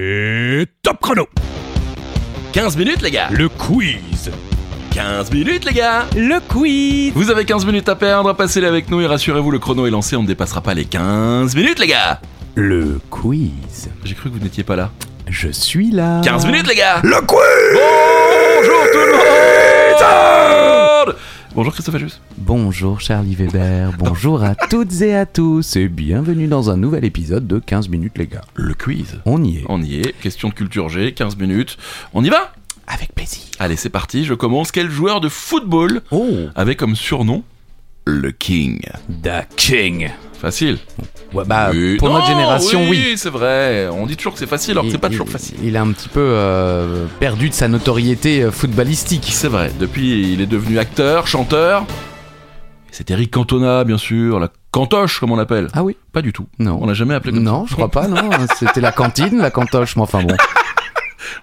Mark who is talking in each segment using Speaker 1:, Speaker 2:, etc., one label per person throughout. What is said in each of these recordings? Speaker 1: Et top chrono
Speaker 2: 15 minutes, les gars
Speaker 1: Le quiz
Speaker 2: 15 minutes, les gars
Speaker 3: Le quiz
Speaker 2: Vous avez 15 minutes à perdre, passez-les avec nous et rassurez-vous, le chrono est lancé, on ne dépassera pas les 15 minutes, les gars
Speaker 3: Le quiz
Speaker 2: J'ai cru que vous n'étiez pas là.
Speaker 3: Je suis là
Speaker 2: 15 minutes, les gars
Speaker 1: Le quiz
Speaker 2: Bonjour tout le monde Bonjour Christophe Ajus.
Speaker 3: Bonjour Charlie Weber, bonjour à toutes et à tous et bienvenue dans un nouvel épisode de 15 minutes les gars.
Speaker 2: Le quiz.
Speaker 3: On y est.
Speaker 2: On y est, question de culture G, 15 minutes. On y va
Speaker 3: Avec plaisir.
Speaker 2: Allez, c'est parti, je commence. Quel joueur de football
Speaker 3: Oh
Speaker 2: avait comme surnom le King
Speaker 3: The King
Speaker 2: Facile. Oh,
Speaker 3: ouais, bah,
Speaker 2: Oui.
Speaker 3: Pour notre
Speaker 2: Non,
Speaker 3: génération, oui.
Speaker 2: c'est vrai. On dit toujours que c'est facile alors que c'est pas
Speaker 3: Il-
Speaker 2: toujours
Speaker 3: il-
Speaker 2: facile.
Speaker 3: Il a un petit peu euh, perdu de sa notoriété euh, footballistique.
Speaker 2: C'est vrai. Depuis, il est devenu acteur, chanteur. C'était Eric Cantona, bien sûr, la cantoche, comme on l'appelle.
Speaker 3: Ah oui
Speaker 2: Pas du tout.
Speaker 3: Non.
Speaker 2: On l'a jamais appelé comme ça.
Speaker 3: Non, je crois pas, non. C'était la cantine, la cantoche, mais enfin bon.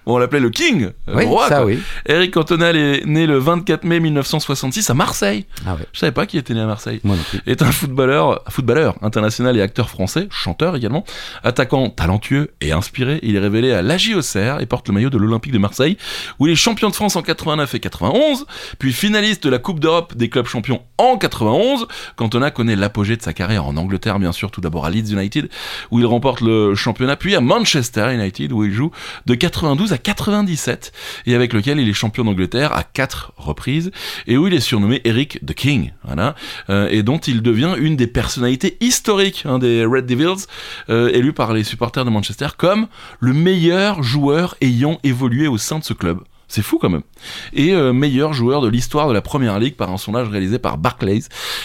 Speaker 2: On l'appelait le King, le
Speaker 3: Oui,
Speaker 2: roi.
Speaker 3: ça
Speaker 2: quoi.
Speaker 3: oui.
Speaker 2: Eric Cantona est né le 24 mai 1966 à Marseille.
Speaker 3: Ah ouais,
Speaker 2: Je savais pas qu'il était né à Marseille.
Speaker 3: moi non plus.
Speaker 2: Est un footballeur, footballeur international et acteur français, chanteur également, attaquant talentueux et inspiré. Il est révélé à l'AJ Auxerre et porte le maillot de l'Olympique de Marseille, où il est champion de France en 89 et 91, puis finaliste de la Coupe d'Europe des clubs champions en 91. Cantona connaît l'apogée de sa carrière en Angleterre, bien sûr, tout d'abord à Leeds United, où il remporte le championnat, puis à Manchester United, où il joue de 92 à 97, et avec lequel il est champion d'Angleterre à quatre reprises, et où il est surnommé Eric the King, voilà, euh, et dont il devient une des personnalités historiques hein, des Red Devils, euh, élu par les supporters de Manchester comme le meilleur joueur ayant évolué au sein de ce club. C'est fou quand même. Et euh, meilleur joueur de l'histoire de la Première Ligue par un sondage réalisé par Barclays.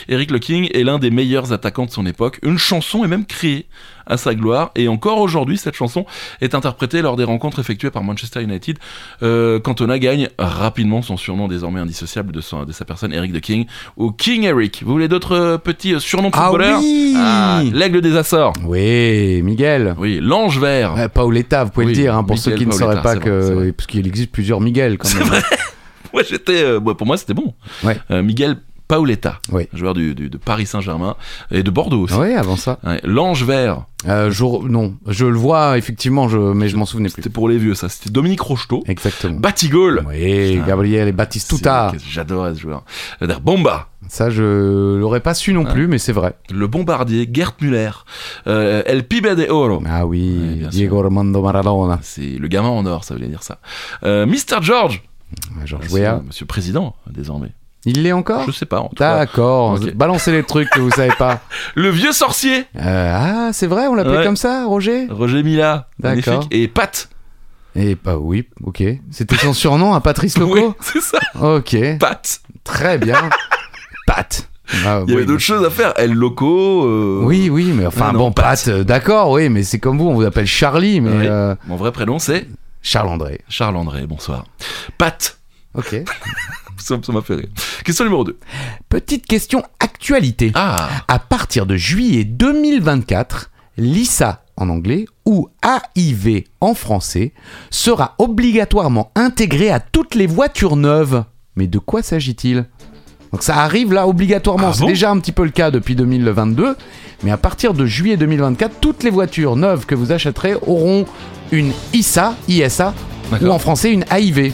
Speaker 2: Eric Le King est l'un des meilleurs attaquants de son époque. Une chanson est même créée à sa gloire. Et encore aujourd'hui, cette chanson est interprétée lors des rencontres effectuées par Manchester United. Euh, Cantona gagne rapidement son surnom désormais indissociable de, son- de sa personne, Eric The King, ou King Eric. Vous voulez d'autres euh, petits euh, surnoms de
Speaker 3: Ah
Speaker 2: footballeurs
Speaker 3: oui
Speaker 2: Ah, L'aigle des Açores.
Speaker 3: Oui, Miguel.
Speaker 2: Oui, l'ange vert.
Speaker 3: Ouais, Paoletta, vous pouvez
Speaker 2: Oui,
Speaker 3: le dire, hein, pour
Speaker 2: Miguel
Speaker 3: ceux qui ne
Speaker 2: Paoletta,
Speaker 3: sauraient pas
Speaker 2: c'est vrai, c'est vrai.
Speaker 3: que. Parce qu'il existe plusieurs Miguel quand même.
Speaker 2: Ouais, j'étais, euh, ouais, pour moi, c'était bon.
Speaker 3: Ouais.
Speaker 2: Euh, Miguel Paoletta,
Speaker 3: Oui.
Speaker 2: joueur du, du- de Paris Saint-Germain et de Bordeaux aussi.
Speaker 3: Oui, avant ça.
Speaker 2: Ouais, l'ange vert,
Speaker 3: Euh, jour... Non, je le vois effectivement, je... mais je m'en souvenais plus.
Speaker 2: c'était pour les vieux, ça. C'était Dominique Rocheteau.
Speaker 3: Exactement.
Speaker 2: Batigol.
Speaker 3: Oui,
Speaker 2: Bah, Putain.
Speaker 3: Gabriel et
Speaker 2: C'est-
Speaker 3: Batistuta.
Speaker 2: qu'est-ce que J'adorais ce joueur. Euh, D'ailleurs, Bomba.
Speaker 3: Ça, je l'aurais pas su non
Speaker 2: Ah.
Speaker 3: plus, mais c'est vrai.
Speaker 2: Le bombardier, Gert Müller, euh, El Pibe de Oro.
Speaker 3: Ah
Speaker 2: Ouais,
Speaker 3: oui,
Speaker 2: bien
Speaker 3: Diego Armando Maradona.
Speaker 2: C'est le gamin en or, ça voulait dire ça. Euh, Mr. George,
Speaker 3: Ouais, Georges
Speaker 2: monsieur,
Speaker 3: Weah.
Speaker 2: monsieur président euh, désormais.
Speaker 3: Il l'est encore
Speaker 2: Je sais pas. En tout cas.
Speaker 3: Ah. D'accord,
Speaker 2: Ok.
Speaker 3: balancez les trucs que vous savez pas.
Speaker 2: Le vieux sorcier,
Speaker 3: Euh, ah, c'est vrai, on l'appelait
Speaker 2: Ouais.
Speaker 3: comme ça, Roger
Speaker 2: Roger Mila,
Speaker 3: D'accord.
Speaker 2: magnifique. Et Pat.
Speaker 3: Eh bah oui, ok. C'était son surnom à Patrice
Speaker 2: Oui,
Speaker 3: Loco
Speaker 2: c'est ça.
Speaker 3: Ok,
Speaker 2: Pat.
Speaker 3: très bien. Pat. Ah,
Speaker 2: Il y
Speaker 3: oui,
Speaker 2: avait d'autres choses à faire. El Loco. euh,
Speaker 3: Oui, oui, mais enfin
Speaker 2: Ah non,
Speaker 3: bon, Pat, euh, d'accord, oui, mais c'est comme vous, on vous appelle Charlie, mais
Speaker 2: Oui.
Speaker 3: euh,
Speaker 2: Mon vrai prénom, c'est
Speaker 3: Charles-André.
Speaker 2: Charles André. Bonsoir. Pat.
Speaker 3: Ok.
Speaker 2: Ça ça m'a fait rire. Question numéro 2.
Speaker 3: Petite question actualité.
Speaker 2: Ah,
Speaker 3: À partir de juillet 2024, l'ISA en anglais ou AIV en français sera obligatoirement intégrée à toutes les voitures neuves. Mais de quoi s'agit-il Donc ça arrive là obligatoirement,
Speaker 2: Ah
Speaker 3: c'est
Speaker 2: bon
Speaker 3: déjà un petit peu le cas depuis 2022, mais à partir de juillet 2024, toutes les voitures neuves que vous achèterez auront une ISA, ISA ou
Speaker 2: d'accord.
Speaker 3: en français une AIV.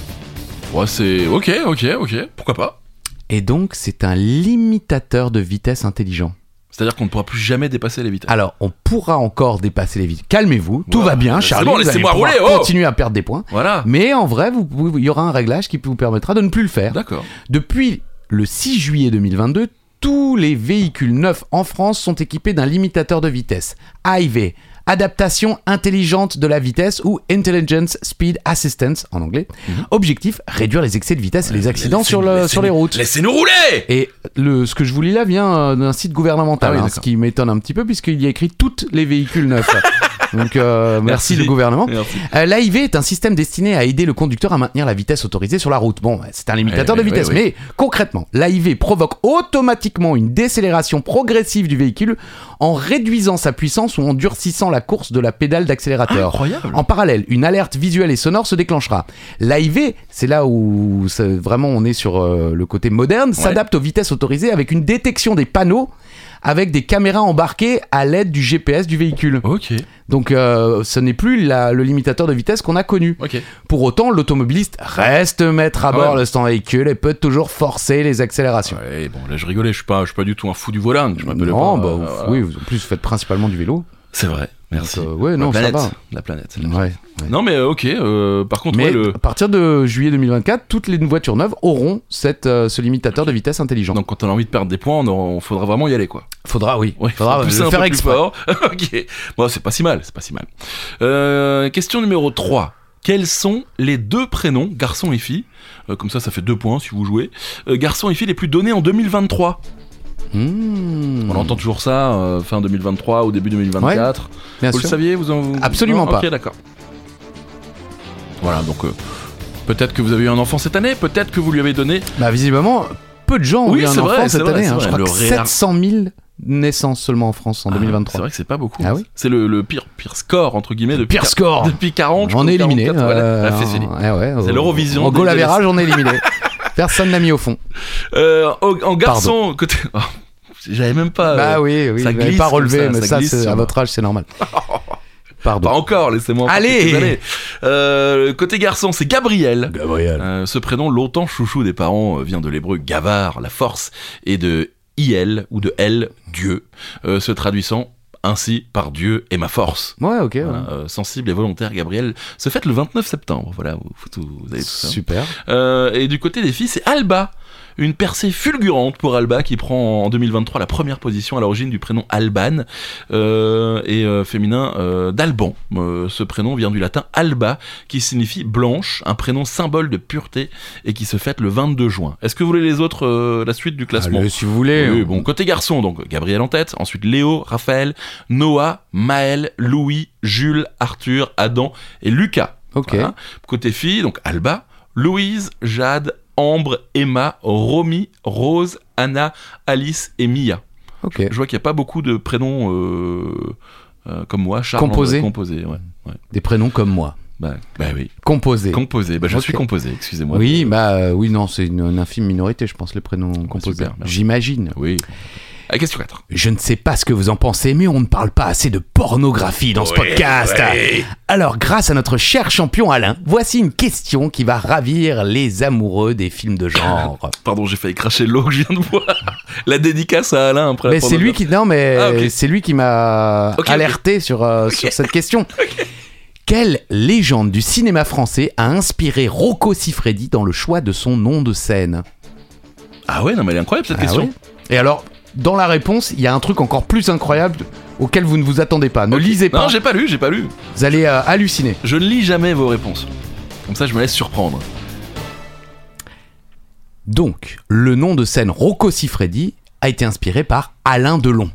Speaker 2: Ouais, c'est. Ok, ok, ok. Pourquoi pas
Speaker 3: Et donc c'est un limitateur de vitesse intelligent.
Speaker 2: C'est-à-dire qu'on ne pourra plus jamais dépasser les vitesses.
Speaker 3: Alors, on pourra encore dépasser les vitesses. Calmez-vous, tout
Speaker 2: Ouais,
Speaker 3: va bien,
Speaker 2: c'est
Speaker 3: Charlie.
Speaker 2: bon,
Speaker 3: vous allez
Speaker 2: laissez-moi
Speaker 3: pouvoir
Speaker 2: rouler, oh
Speaker 3: continuer à perdre des points.
Speaker 2: Voilà.
Speaker 3: Mais en vrai, vous pouvez- il y aura un réglage qui vous permettra de ne plus le faire.
Speaker 2: D'accord.
Speaker 3: Depuis le 6 juillet 2022, tous les véhicules neufs en France sont équipés d'un limitateur de vitesse, AIV, adaptation intelligente de la vitesse ou Intelligence Speed Assistance en anglais.
Speaker 2: Mhm.
Speaker 3: Objectif réduire les excès de vitesse et les accidents sur, le-
Speaker 2: Euh, Laissez-nous-
Speaker 3: sur les routes.
Speaker 2: Laissez-nous rouler
Speaker 3: Et le, ce que je vous lis là vient euh, d'un site gouvernemental,
Speaker 2: Ah oui,
Speaker 3: hein,
Speaker 2: d'accord.
Speaker 3: ce qui m'étonne un petit peu puisqu'il y a écrit toutes les véhicules neufs. Donc euh, merci,
Speaker 2: Merci.
Speaker 3: le gouvernement.
Speaker 2: Merci.
Speaker 3: Euh, L'AIV est un système destiné à aider le conducteur à maintenir la vitesse autorisée sur la route. Bon, c'est un limitateur
Speaker 2: Ouais,
Speaker 3: de
Speaker 2: ouais,
Speaker 3: vitesse,
Speaker 2: ouais,
Speaker 3: mais concrètement, l'AIV provoque automatiquement une décélération progressive du véhicule en réduisant sa puissance ou en durcissant la course de la pédale d'accélérateur.
Speaker 2: ah, Incroyable
Speaker 3: En parallèle, une alerte visuelle et sonore se déclenchera. L'AIV, c'est là où ça- vraiment on est sur euh, le côté moderne, s'adapte aux vitesses autorisées avec une détection des panneaux avec des caméras embarquées à l'aide du GPS du véhicule.
Speaker 2: Ok.
Speaker 3: Donc euh, ce n'est plus la- le limitateur de vitesse qu'on a connu.
Speaker 2: Ok.
Speaker 3: Pour autant, l'automobiliste reste maître à
Speaker 2: Ah
Speaker 3: bord
Speaker 2: ouais.
Speaker 3: de son véhicule et peut toujours forcer les accélérations.
Speaker 2: Ouais, bon, là je rigolais, je suis pas, je suis pas du tout un fou du volant. Je m'appelle
Speaker 3: non,
Speaker 2: pas,
Speaker 3: bah,
Speaker 2: euh,
Speaker 3: vous-
Speaker 2: voilà.
Speaker 3: oui, vous- en plus vous faites principalement du vélo.
Speaker 2: C'est vrai. Merci.
Speaker 3: Donc, euh, ouais,
Speaker 2: la,
Speaker 3: non, ça
Speaker 2: planète,
Speaker 3: va.
Speaker 2: la planète.
Speaker 3: Ouais, ouais.
Speaker 2: Non, mais euh, ok. euh, par contre,
Speaker 3: Mais
Speaker 2: ouais, le...
Speaker 3: à partir de juillet 2024, toutes les voitures neuves auront cette, euh, ce limitateur de vitesse intelligent.
Speaker 2: donc quand on a envie de perdre des points, on, aura- faudra vraiment y aller, quoi.
Speaker 3: faudra, oui,
Speaker 2: Ouais,
Speaker 3: faudra
Speaker 2: faut
Speaker 3: le
Speaker 2: pousser un
Speaker 3: faire
Speaker 2: peu plus
Speaker 3: exprès.
Speaker 2: fort. ok. Bon, c'est pas si mal, c'est pas si mal. Euh, question numéro 3. Quels sont les deux prénoms, garçon et fille Euh, Comme ça, ça fait deux points si vous jouez. Euh, garçon et fille les plus donnés en 2023.
Speaker 3: Hmm.
Speaker 2: On entend toujours ça, euh, fin 2023 ou début 2024.
Speaker 3: Bien
Speaker 2: vous
Speaker 3: sûr.
Speaker 2: le saviez vous en, vous-
Speaker 3: Absolument
Speaker 2: Non
Speaker 3: pas.
Speaker 2: Ok, d'accord. Voilà, donc euh, peut-être que vous avez eu un enfant cette année, peut-être que vous lui avez donné.
Speaker 3: Bah, visiblement, peu de gens ont
Speaker 2: Oui,
Speaker 3: eu un
Speaker 2: c'est
Speaker 3: enfant
Speaker 2: vrai, c'est
Speaker 3: cette
Speaker 2: vrai,
Speaker 3: année.
Speaker 2: c'est
Speaker 3: hein. Je
Speaker 2: vrai.
Speaker 3: crois
Speaker 2: Le
Speaker 3: que
Speaker 2: réa-
Speaker 3: 700 000 naissances seulement en France en
Speaker 2: C'est
Speaker 3: 2023.
Speaker 2: vrai que c'est pas beaucoup.
Speaker 3: Ah oui
Speaker 2: C'est le, le pire, pire score, entre guillemets, depuis,
Speaker 3: Pire score
Speaker 2: depuis 40. je
Speaker 3: Oh. On
Speaker 2: crois,
Speaker 3: est éliminé.
Speaker 2: 44, voilà.
Speaker 3: euh,
Speaker 2: Ah, c'est fini.
Speaker 3: ouais, ouais,
Speaker 2: C'est
Speaker 3: au-
Speaker 2: l'Eurovision
Speaker 3: Au
Speaker 2: des
Speaker 3: goal average, on est éliminé. Personne n'a mis au fond.
Speaker 2: Euh, en, en garçon, côté. Oh, J'avais même pas.
Speaker 3: bah
Speaker 2: euh,
Speaker 3: oui, oui,
Speaker 2: ça
Speaker 3: vous l'avez
Speaker 2: glisse
Speaker 3: pas
Speaker 2: comme
Speaker 3: relevé,
Speaker 2: ça,
Speaker 3: mais
Speaker 2: ça
Speaker 3: ça,
Speaker 2: glisse
Speaker 3: c'est-
Speaker 2: sur-
Speaker 3: à votre âge, c'est normal.
Speaker 2: Pas
Speaker 3: Pardon.
Speaker 2: encore, laissez-moi. encore
Speaker 3: Allez
Speaker 2: quelques années. Euh, Côté garçon, c'est Gabriel. Euh, ce prénom longtemps chouchou des parents euh, vient de l'hébreu Gavar, la force, et de Il ou de El, Dieu, euh, se traduisant ainsi par Dieu et ma force.
Speaker 3: Ouais, ok. ouais.
Speaker 2: Voilà, euh, sensible et volontaire, Gabriel se fête le 29 septembre. Voilà, vous, vous tout- vous avez tout ça.
Speaker 3: Super.
Speaker 2: Euh, et du côté des filles, c'est Alba. Une percée fulgurante pour Alba qui prend en 2023 la première position à l'origine du prénom Alban euh, et euh, féminin euh, d'Alban. Euh, ce prénom vient du latin Alba qui signifie blanche, un prénom symbole de pureté et qui se fête le 22 juin. Est-ce que vous voulez les autres, euh, la suite du classement
Speaker 3: Allez, si vous voulez.
Speaker 2: oui,
Speaker 3: on-
Speaker 2: bon, côté garçon, donc Gabriel en tête, ensuite Léo, Raphaël, Noah, Maël, Louis, Jules, Arthur, Adam et Lucas.
Speaker 3: Ok.
Speaker 2: Voilà. Côté filles, donc Alba, Louise, Jade, Ambre, Emma, Romy, Rose, Anna, Alice et Mia.
Speaker 3: Ok.
Speaker 2: Je vois qu'il n'y a pas beaucoup de prénoms euh, euh, comme moi, Charles.
Speaker 3: Composés.
Speaker 2: Composé, ouais.
Speaker 3: Des prénoms comme moi.
Speaker 2: Bah, bah oui.
Speaker 3: Composés.
Speaker 2: Composé. Bah, je
Speaker 3: Ok.
Speaker 2: suis composé, excusez-moi.
Speaker 3: oui, bah euh, oui, non, c'est une, une infime minorité, je pense, les prénoms composés.
Speaker 2: super, merci.
Speaker 3: J'imagine.
Speaker 2: Oui. Ah, question 4.
Speaker 3: Je ne sais pas ce que vous en pensez, mais on ne parle pas assez de pornographie dans ce podcast. hein. Alors, grâce à notre cher champion Alain, voici une question qui va ravir les amoureux des films de genre.
Speaker 2: Pardon, j'ai failli cracher l'eau que je viens de boire. La dédicace à Alain après la
Speaker 3: mais c'est lui
Speaker 2: pornographie.
Speaker 3: qui non, mais
Speaker 2: Ah, ok.
Speaker 3: c'est lui qui m'a
Speaker 2: Ok, ok.
Speaker 3: alerté sur euh, sur cette question. Quelle légende du cinéma français a inspiré Rocco Siffredi dans le choix de son nom de scène
Speaker 2: Ah ouais, non, mais elle est incroyable cette
Speaker 3: Ah
Speaker 2: question.
Speaker 3: ouais Et alors, dans la réponse, il y a un truc encore plus incroyable auquel vous ne vous attendez pas. Ne
Speaker 2: Ok.
Speaker 3: lisez pas,
Speaker 2: Non, j'ai pas lu, j'ai pas lu.
Speaker 3: vous allez euh, halluciner.
Speaker 2: Je ne lis jamais vos réponses. Comme ça, je me laisse surprendre.
Speaker 3: Donc, le nom de scène Rocco Siffredi a été inspiré par Alain Delon.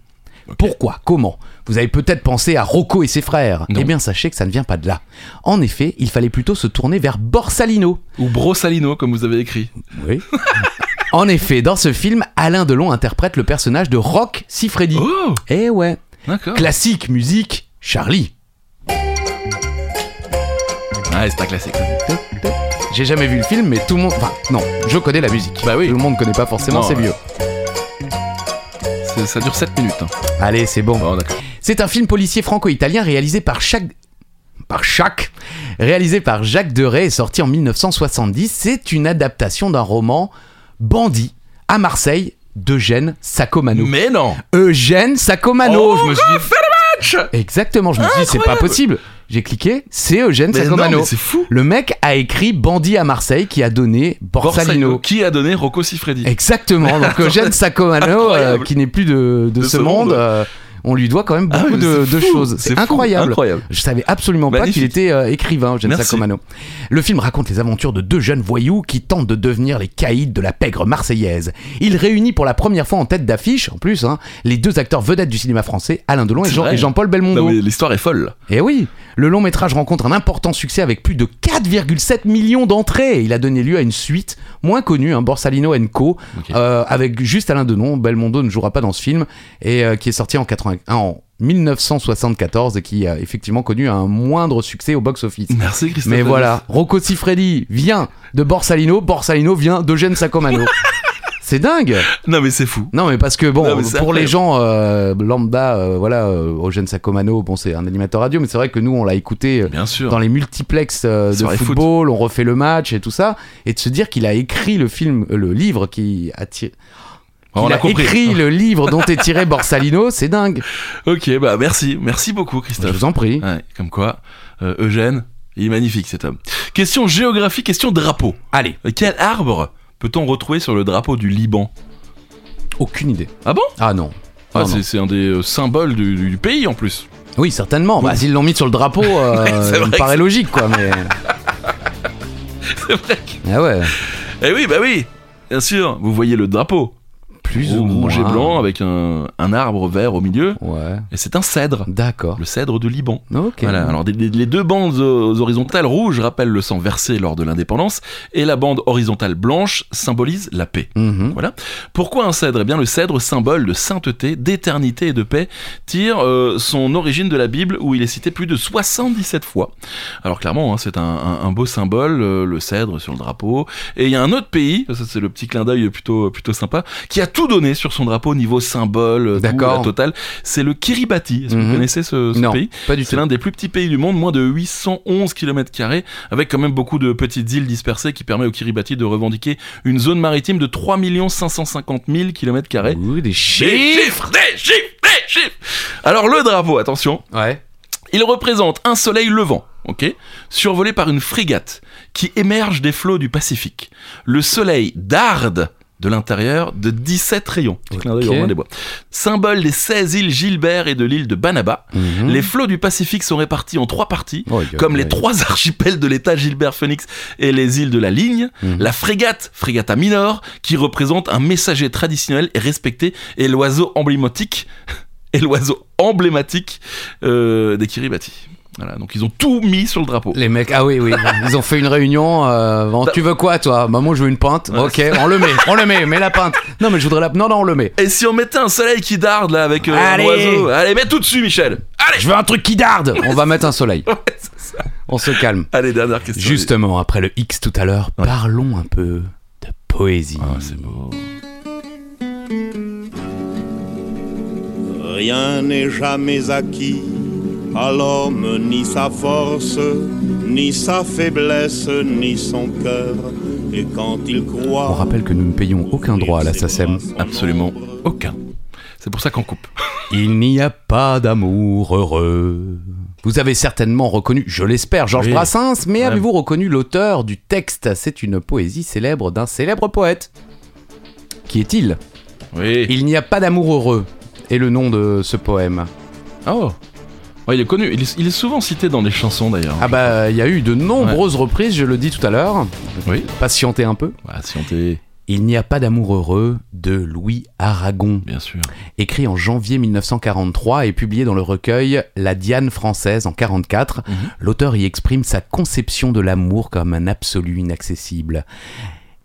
Speaker 3: Pourquoi Comment Vous avez peut-être pensé à Rocco et ses frères.
Speaker 2: Non.
Speaker 3: Eh bien, sachez que ça ne vient pas de là. En effet, il fallait plutôt se tourner vers Borsalino.
Speaker 2: Ou Brossalino, comme vous avez écrit.
Speaker 3: Oui. en effet, dans ce film, Alain Delon interprète le personnage de Rock Siffredi.
Speaker 2: Oh
Speaker 3: Eh ouais.
Speaker 2: D'accord.
Speaker 3: Classique, musique, Charlie.
Speaker 2: Ah, c'est un classique.
Speaker 3: J'ai jamais vu le film, mais tout le monde. Enfin, non, je connais la musique.
Speaker 2: Bah oui.
Speaker 3: Tout le monde connaît pas forcément,
Speaker 2: Non,
Speaker 3: c'est
Speaker 2: ouais.
Speaker 3: vieux.
Speaker 2: C'est- Ça dure 7 minutes. hein.
Speaker 3: Allez, c'est bon.
Speaker 2: Bon, d'accord.
Speaker 3: C'est un film policier franco-italien réalisé par Jacques... Par Jacques Réalisé par Jacques Deray et sorti en 1970. C'est une adaptation d'un roman Bandit à Marseille d'Eugène Sacomano.
Speaker 2: Mais non
Speaker 3: Oh, Eugène Sacomano,
Speaker 2: Oh,
Speaker 3: je me suis dit. Exactement, je me suis dit, c'est pas possible. J'ai cliqué, c'est Eugène
Speaker 2: Mais non,
Speaker 3: Sacomano.
Speaker 2: mais c'est fou
Speaker 3: Le mec a écrit Bandit à Marseille qui a donné Borsalino.
Speaker 2: Qui a donné Rocco Siffredi
Speaker 3: Exactement. Donc Eugène Sacomano, euh,
Speaker 2: Incroyable.
Speaker 3: qui n'est plus de, de
Speaker 2: De
Speaker 3: ce
Speaker 2: ce
Speaker 3: monde,
Speaker 2: monde.
Speaker 3: euh, on lui doit quand même
Speaker 2: Ah,
Speaker 3: beaucoup
Speaker 2: mais
Speaker 3: de,
Speaker 2: c'est
Speaker 3: de
Speaker 2: fou,
Speaker 3: choses. C'est
Speaker 2: fou,
Speaker 3: incroyable.
Speaker 2: incroyable.
Speaker 3: Je savais absolument pas
Speaker 2: Magnifique.
Speaker 3: qu'il était euh, écrivain, Eugène
Speaker 2: Merci.
Speaker 3: Sacomano. Le film raconte les aventures de deux jeunes voyous qui tentent de devenir les caïds de la pègre marseillaise. Il réunit pour la première fois en tête d'affiche, en plus, hein, les deux acteurs vedettes du cinéma français, Alain Delon et,
Speaker 2: C'est
Speaker 3: Jean-
Speaker 2: vrai. Bah
Speaker 3: et Jean-Paul Belmondo.
Speaker 2: Non, mais l'histoire est folle.
Speaker 3: Et Eh oui, le long métrage rencontre un important succès avec plus de 4,7 millions d'entrées. Il a donné lieu à une suite moins connue, hein, Borsalino Co,
Speaker 2: Ok.
Speaker 3: euh, avec juste Alain Denon. Belmondo ne jouera pas dans ce film, et euh, qui est sorti en, 80 ah, en 1974 et qui a effectivement connu un moindre succès au box-office.
Speaker 2: Merci, Christophe.
Speaker 3: Mais
Speaker 2: Denis.
Speaker 3: voilà, Rocco Siffredi vient de Borsalino, Borsalino vient d'Eugène Sacomano. C'est dingue
Speaker 2: Non, mais c'est fou.
Speaker 3: Non, mais parce que bon,
Speaker 2: Non, mais c'est
Speaker 3: pour les
Speaker 2: incroyable.
Speaker 3: gens euh, lambda, euh, voilà, euh, Eugène Sacomano, bon, c'est un animateur radio, mais c'est vrai que nous, on l'a écouté euh,
Speaker 2: Bien sûr.
Speaker 3: dans les multiplex euh, de
Speaker 2: Soirée foot.
Speaker 3: football, on refait le match et tout ça, et de se dire qu'il a écrit le film, euh, le livre qui attire.
Speaker 2: Ah, on
Speaker 3: qu'il
Speaker 2: a compris.
Speaker 3: écrit le livre dont est tiré Borsalino, c'est dingue.
Speaker 2: Ok, bah merci. Merci beaucoup,
Speaker 3: Je
Speaker 2: Christophe.
Speaker 3: vous en prie.
Speaker 2: Ouais, comme quoi, euh, Eugène, il est magnifique cet homme. Question géographie, question drapeau.
Speaker 3: Allez,
Speaker 2: Quel arbre peut-on retrouver sur le drapeau du Liban
Speaker 3: aucune idée.
Speaker 2: Ah bon
Speaker 3: Ah non.
Speaker 2: Ah,
Speaker 3: Non, non.
Speaker 2: c'est- C'est un des euh, symboles du, du- du pays en plus.
Speaker 3: Oui, certainement. Bah, s'ils l'ont mis sur le drapeau, euh,
Speaker 2: c'est
Speaker 3: ça me
Speaker 2: vrai que
Speaker 3: paraît logique, quoi. Mais
Speaker 2: C'est vrai.
Speaker 3: ah ouais,
Speaker 2: Eh oui, bah oui. Bien sûr, vous voyez le drapeau.
Speaker 3: plus ou moins.
Speaker 2: Rouge et blanc avec un, un arbre vert au milieu.
Speaker 3: Ouais.
Speaker 2: Et c'est un cèdre.
Speaker 3: D'accord.
Speaker 2: Le cèdre du Liban.
Speaker 3: Ok.
Speaker 2: Voilà, alors des- des- les deux bandes euh, horizontales rouges rappellent le sang versé lors de l'indépendance et la bande horizontale blanche symbolise la paix.
Speaker 3: Mhm.
Speaker 2: Pourquoi un cèdre Eh bien, le cèdre, symbole de sainteté, d'éternité et de paix, tire euh, son origine de la Bible où il est cité plus de 77 fois. Alors clairement, hein, c'est un, un- un beau symbole, euh, le cèdre sur le drapeau. Et il y a un autre pays, ça c'est le petit clin d'œil plutôt plutôt sympa, qui a tout donné sur son drapeau niveau symbole, euh, tout,
Speaker 3: D'accord.
Speaker 2: la totale. C'est le Kiribati. Est-ce que
Speaker 3: Mhm.
Speaker 2: vous connaissez ce, ce
Speaker 3: Non,
Speaker 2: pays
Speaker 3: pas du
Speaker 2: c'est
Speaker 3: tout.
Speaker 2: l'un des plus petits pays du monde, moins de 811 km, avec quand même beaucoup de petites îles dispersées qui permet au Kiribati de revendiquer une zone maritime de 3 550 000 km.
Speaker 3: Ouh, Ah des
Speaker 2: Des
Speaker 3: chiffres.
Speaker 2: chiffres, des chiffres, des chiffres Alors le drapeau, attention,
Speaker 3: Ouais.
Speaker 2: il représente un soleil levant, ok, survolé par une frégate qui émerge des flots du Pacifique. Le soleil darde de l'intérieur de 17 rayons. Petit clin d'œil au
Speaker 3: Ok.
Speaker 2: Romain des Bois. Symbole des 16 îles Gilbert et de l'île de Banaba,
Speaker 3: Mhm.
Speaker 2: les flots du Pacifique sont répartis en trois parties,
Speaker 3: Oh, y a-
Speaker 2: comme
Speaker 3: y
Speaker 2: les
Speaker 3: a-
Speaker 2: trois archipels de l'État Gilbert Phoenix et les îles de la Ligne.
Speaker 3: Mhm.
Speaker 2: La frégate, frégata minor, qui représente un messager traditionnel et respecté, et l'oiseau emblématique, et l'oiseau emblématique euh, des Kiribati. Voilà, donc ils ont tout mis sur le drapeau.
Speaker 3: Les mecs, ah oui, oui, ils ont fait une réunion. euh, bon,
Speaker 2: Bah-
Speaker 3: tu veux quoi, toi Maman, je veux une pinte. ok, on le met, on le met, mets la pinte. Non, mais je voudrais la. Non, non, on le met.
Speaker 2: Et si on mettait un soleil qui darde là avec euh,
Speaker 3: Allez.
Speaker 2: l'oiseau Allez, mets tout dessus, Michel. Allez,
Speaker 3: Je veux un truc qui darde. On va mettre un soleil.
Speaker 2: Ouais, c'est ça.
Speaker 3: On se calme.
Speaker 2: Allez, dernière question.
Speaker 3: Justement, après le X tout à l'heure,
Speaker 2: Ouais.
Speaker 3: parlons un peu de poésie.
Speaker 2: Ah, c'est beau.
Speaker 4: Rien n'est jamais acquis à l'homme, ni sa force, ni sa faiblesse, ni son cœur. Et quand il croit.
Speaker 3: On rappelle que nous ne payons aucun droit à la SACEM.
Speaker 2: Absolument aucun. C'est pour ça qu'on coupe.
Speaker 3: Il n'y a pas d'amour heureux. Vous avez certainement reconnu, je l'espère, Georges
Speaker 2: Oui.
Speaker 3: Brassens, mais
Speaker 2: Ouais.
Speaker 3: avez-vous reconnu l'auteur du texte C'est une poésie célèbre d'un célèbre poète. Qui est-il
Speaker 2: Oui.
Speaker 3: Il n'y a pas d'amour heureux est le nom de ce poème.
Speaker 2: Oh Ouais, il est connu, il est, il est souvent cité dans les chansons d'ailleurs.
Speaker 3: Ah bah, il y a eu de nombreuses reprises, je le dis tout à l'heure.
Speaker 2: Oui.
Speaker 3: Patientez un peu.
Speaker 2: Bah, si on t'est.
Speaker 3: Il n'y a pas d'amour heureux de Louis Aragon,
Speaker 2: Bien sûr.
Speaker 3: écrit en janvier 1943 et publié dans le recueil La Diane française en 44.
Speaker 2: Mhm.
Speaker 3: L'auteur y exprime sa conception de l'amour comme un absolu inaccessible.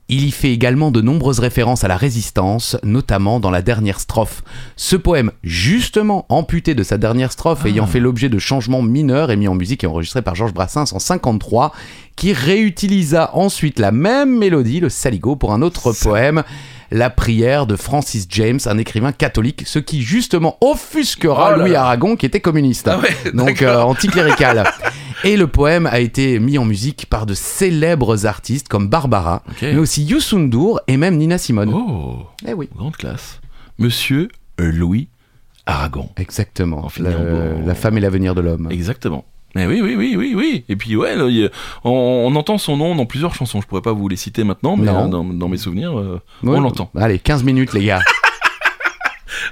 Speaker 3: Il y fait également de nombreuses références à la résistance, notamment dans la dernière strophe. Ce poème, justement amputé de sa dernière strophe,
Speaker 2: Ah.
Speaker 3: ayant fait l'objet de changements mineurs et mis en musique et enregistré par Georges Brassens en 53, qui réutilisa ensuite la même mélodie, le saligo, pour un autre poème, La prière de Francis James, un écrivain catholique, ce qui justement offusquera
Speaker 2: Oh là
Speaker 3: Louis
Speaker 2: là.
Speaker 3: Aragon qui était communiste.
Speaker 2: Ah ouais,
Speaker 3: Donc
Speaker 2: d'accord.
Speaker 3: euh, anticlérical. Et le poème a été mis en musique par de célèbres artistes comme Barbara,
Speaker 2: Ok.
Speaker 3: mais aussi Youssou N'Dour et même Nina Simone.
Speaker 2: Eh. euh, Oh,
Speaker 3: Eh oui.
Speaker 2: grande classe. Monsieur euh, Louis Aragon.
Speaker 3: Exactement.
Speaker 2: En
Speaker 3: La,
Speaker 2: finissant bon.
Speaker 3: la femme et l'avenir de l'homme.
Speaker 2: Exactement. Mais oui, oui, oui, oui, oui. Et puis, ouais, là, il- on, on entend son nom dans plusieurs chansons. Je pourrais pas vous les citer maintenant, mais
Speaker 3: Non.
Speaker 2: euh, dans, dans mes souvenirs, euh,
Speaker 3: Ouais.
Speaker 2: on l'entend.
Speaker 3: Allez, 15 minutes, les gars.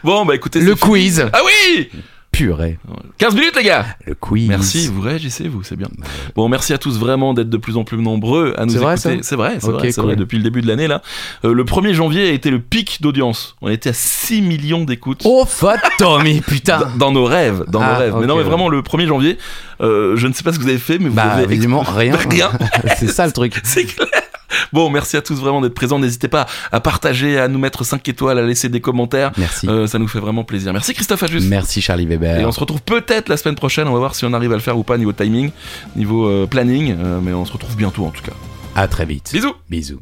Speaker 2: Bon, bah écoutez,
Speaker 3: le
Speaker 2: c'est fini.
Speaker 3: quiz.
Speaker 2: Ah oui
Speaker 3: Purée.
Speaker 2: 15 minutes, les gars
Speaker 3: Le quiz.
Speaker 2: Merci, vous réagissez, vous, c'est bien. Bon, merci à tous vraiment d'être de plus en plus nombreux à nous
Speaker 3: C'est vrai,
Speaker 2: écouter.
Speaker 3: ça
Speaker 2: c'est vrai, c'est
Speaker 3: Ok,
Speaker 2: vrai, c'est
Speaker 3: cool.
Speaker 2: vrai. Depuis le début de l'année, là, Euh, le 1er janvier a été le pic d'audience. On était à 6 millions d'écoutes.
Speaker 3: Oh, fuck, Tommy,
Speaker 2: Dans,
Speaker 3: putain.
Speaker 2: dans nos rêves, dans
Speaker 3: Ah,
Speaker 2: nos rêves.
Speaker 3: ok,
Speaker 2: mais non, mais
Speaker 3: ouais.
Speaker 2: vraiment, le 1er janvier, euh, je ne sais pas ce que vous avez fait, mais vous
Speaker 3: Bah,
Speaker 2: avez
Speaker 3: évidemment, rien.
Speaker 2: rien.
Speaker 3: C'est ça le truc.
Speaker 2: C'est clair. Bon, merci à tous vraiment d'être présents. N'hésitez pas à partager, à nous mettre 5 étoiles, à laisser des commentaires.
Speaker 3: Merci.
Speaker 2: Euh, ça nous fait vraiment plaisir. Merci Christophe Ajus.
Speaker 3: Merci, Charlie Weber.
Speaker 2: Et on se retrouve peut-être la semaine prochaine. On va voir si on arrive à le faire ou pas niveau timing, niveau euh, planning. Euh, mais on se retrouve bientôt en tout cas.
Speaker 3: À très vite.
Speaker 2: Bisous.
Speaker 3: Bisous.